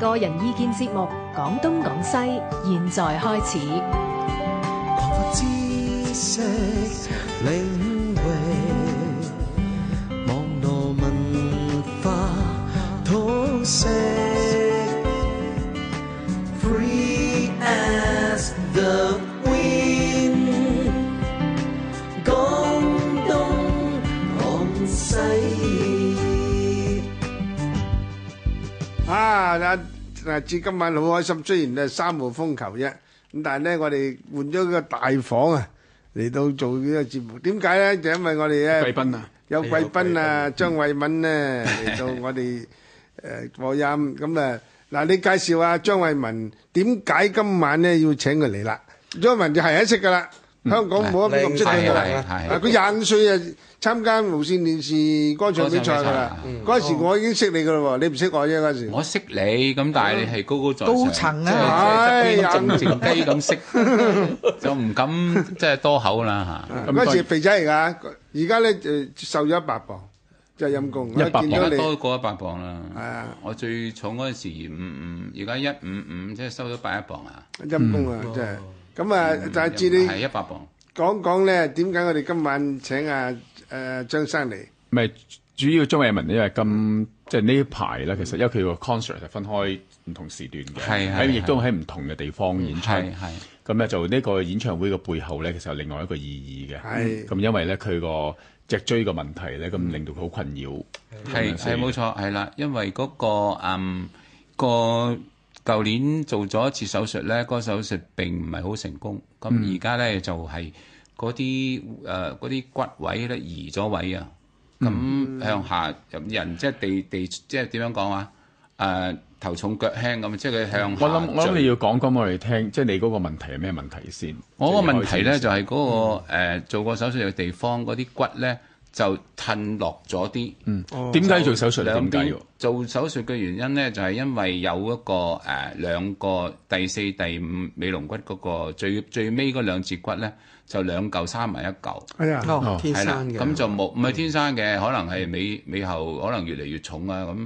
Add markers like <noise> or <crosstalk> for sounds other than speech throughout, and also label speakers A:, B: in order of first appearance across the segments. A: 個人意見節目《講東講西》，現在開始。
B: 擴闊知識領域，網絡文化通識，Free as the wind，講東講西。
C: 啊！阿阿志今晚好開心，雖然咧三號風球啫，咁但係咧我哋換咗個大房啊，嚟到做呢個節目。點解咧？就因為我哋
D: 貴
C: 咧
D: 賓啊，
C: 有貴賓啊，張慧敏 <laughs> 咧嚟到我哋誒播音。咁啊，嗱你介紹下張慧敏點解今晚咧要請佢嚟啦？張慧敏就係一識噶啦。香港冇一個唔識佢噶啦，
D: 係係係
C: 啊佢廿五歲啊參加無線電視歌唱比賽噶啦，嗰陣時我已經識你噶啦喎，你唔識我啫嗰陣時。
D: 我識你咁，但係你係高高在上，
E: 高層
C: 啊
D: 即係即係
C: 唉
D: 側邊靜靜雞咁
C: <laughs>
D: 識，就唔敢即係多口啦嚇。
C: 嗰陣時肥仔嚟㗎，而家咧誒瘦咗一百磅，真係陰公。
D: 一百
C: 我
D: 磅
C: 見到你
D: 多過一百磅啦。
C: 係啊，
D: 我最重嗰陣時五五，而家一五五，即係收咗八一磅啊。
C: 陰公啊，真係。咁啊，但係至你
D: 係一百磅。
C: 講講咧，點解我哋今晚請阿誒張生嚟？
F: 咪主要張慧文因為咁即係呢排咧，其實因為佢個 concert 係分開唔同時段
D: 嗯係
F: 嘅，
D: 係
F: 喺
D: 係
F: 亦都喺唔同嘅地方演出。
D: 係係
F: 咁咧就呢個演唱會嘅背後咧，其實有另外一個意義
C: 係
F: 嘅。咁因為咧佢個脊椎嘅問題咧，
D: 嗯
F: 咁令到佢好困擾。
D: 係係冇錯，係啦，因為嗰、個嗯個舊年做咗一次手術咧，嗰、手術並唔係好成功。
F: 嗯
D: 咁而家咧就係嗰啲誒嗰啲骨位咧移咗位啊，咁、
F: 嗯
D: 向下人即係地地即係點樣講啊？誒、頭重腳輕咁，即係佢
F: 嗯
D: 向下
F: 我諗我
D: 墜
F: 諗你要講講我哋聽，即係你嗰個問題係咩問題先？
D: 我個問
F: 即係一開
D: 題
F: 始
D: 咧就
F: 嗯
D: 係嗰、個、呃做過手術嘅地方嗰啲骨咧就褪落咗啲。
F: 嗯點解要做手術咧？
D: 哦兩
F: 點解要
D: 邊？做手術嘅原因咧，就係、因為有一個誒、呃、兩個第四、第五尾龍骨嗰、個最最尾嗰兩節骨咧，就兩嚿生埋一嚿，
C: 哎呀，
E: 哦，
F: 哦
E: 天
D: 係啦，
E: 生嘅，嗯
D: 咁就冇唔係天生嘅，可能係尾尾後可能越嚟越重啊咁。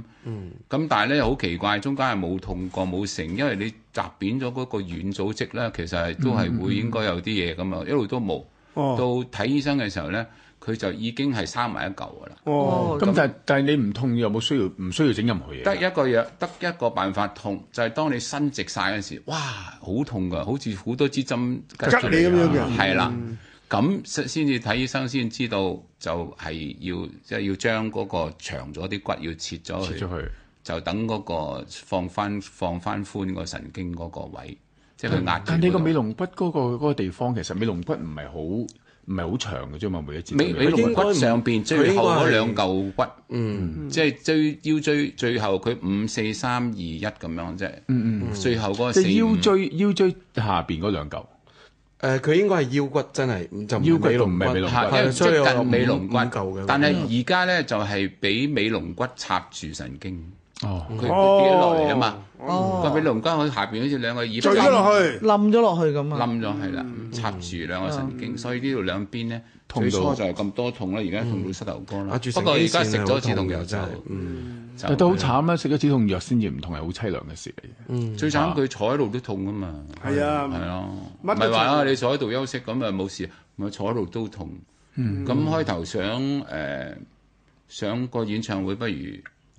D: 咁、但係咧好奇怪，中間係冇痛過冇成，因為你擲扁咗嗰個軟組織咧，其實係都係會應該有啲嘢咁啊，一路都冇。
C: 哦
D: 到睇醫生嘅時候咧，佢就已經係生埋一嚿㗎啦。
C: 哦，
E: 哦，
F: 咁但係但係你唔痛有冇需要唔需要整任何嘢？啊
D: 得一個藥，得一個辦法痛，就係、當你伸直晒嗰時，哇，好痛㗎，好似好多支針
C: 吉你咁樣嘅。
F: 嗯
D: 係啦，咁先先至睇醫生先知道，就係要即係要將嗰個長咗啲骨要切咗
F: 切
D: 佢，
F: 咗去。
D: 就等嗰個放翻放翻寬個神經嗰個位，即係佢壓住嗰
F: 但
D: 度。
F: 你個尾龍骨嗰、個嗰個地方，其實尾龍骨唔係好唔係好長嘅啫嘛，每一節
D: 尾尾龍骨上邊最後嗰兩嚿骨，
E: 嗯
D: 即係最腰椎最後佢五四三二一咁樣啫，
F: 嗯嗯，
D: 最後嗰個
F: 即
D: 四
F: 係腰
D: 五
F: 椎腰椎下邊嗰兩嚿，
B: Ờ,
E: 誒佢應該係腰骨真係，就
F: 腰骨同唔係尾龍骨
D: 嚇，因為接近尾龍骨
E: 嚿嘅，，
D: 但係而家咧就係俾尾龍骨插住神經，
F: 哦，
D: 佢佢
C: 哦
D: 跌咗落嚟啊嘛，個尾
E: 哦
D: 龍骨喺下邊好似兩個耳
C: 墜咗落去，
E: 冧咗落去咁啊，
D: 冧咗係啦，插住兩個神經，所以呢度兩邊咧
F: 痛
D: 最
F: 到
D: 初就係咁多痛啦，而家痛到膝頭哥
B: 嗯
D: 啦
E: 壓住。
D: 不
E: 神
D: 過
E: 經
D: 而家食
E: 線啊
D: 咗止痛藥
E: 好痛㗎
D: 就
E: 真係嗯
D: 就
F: 但都好慘啦，食咗止痛藥先至唔痛係好凄涼嘅事嚟嘅。
D: 最慘佢坐喺度都痛啊嘛，
C: 係啊
D: 係啊，唔
C: 乜都
D: 係話
C: 痛
D: 啊你坐喺度休息咁啊冇事，咪坐喺度都痛。
F: 嗯
D: 咁開頭想誒想個演唱會不如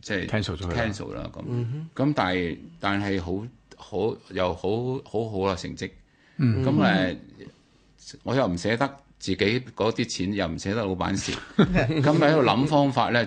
D: 即係
F: cancel 咗佢啦嗯
D: cancel 啦咁，咁但係但係好好又好好好啦成績，
F: 嗯
D: 咁呃誒
F: <laughs>
D: 我又唔捨得自己嗰啲錢，又唔捨得老闆蝕，咁喺度諗方法咧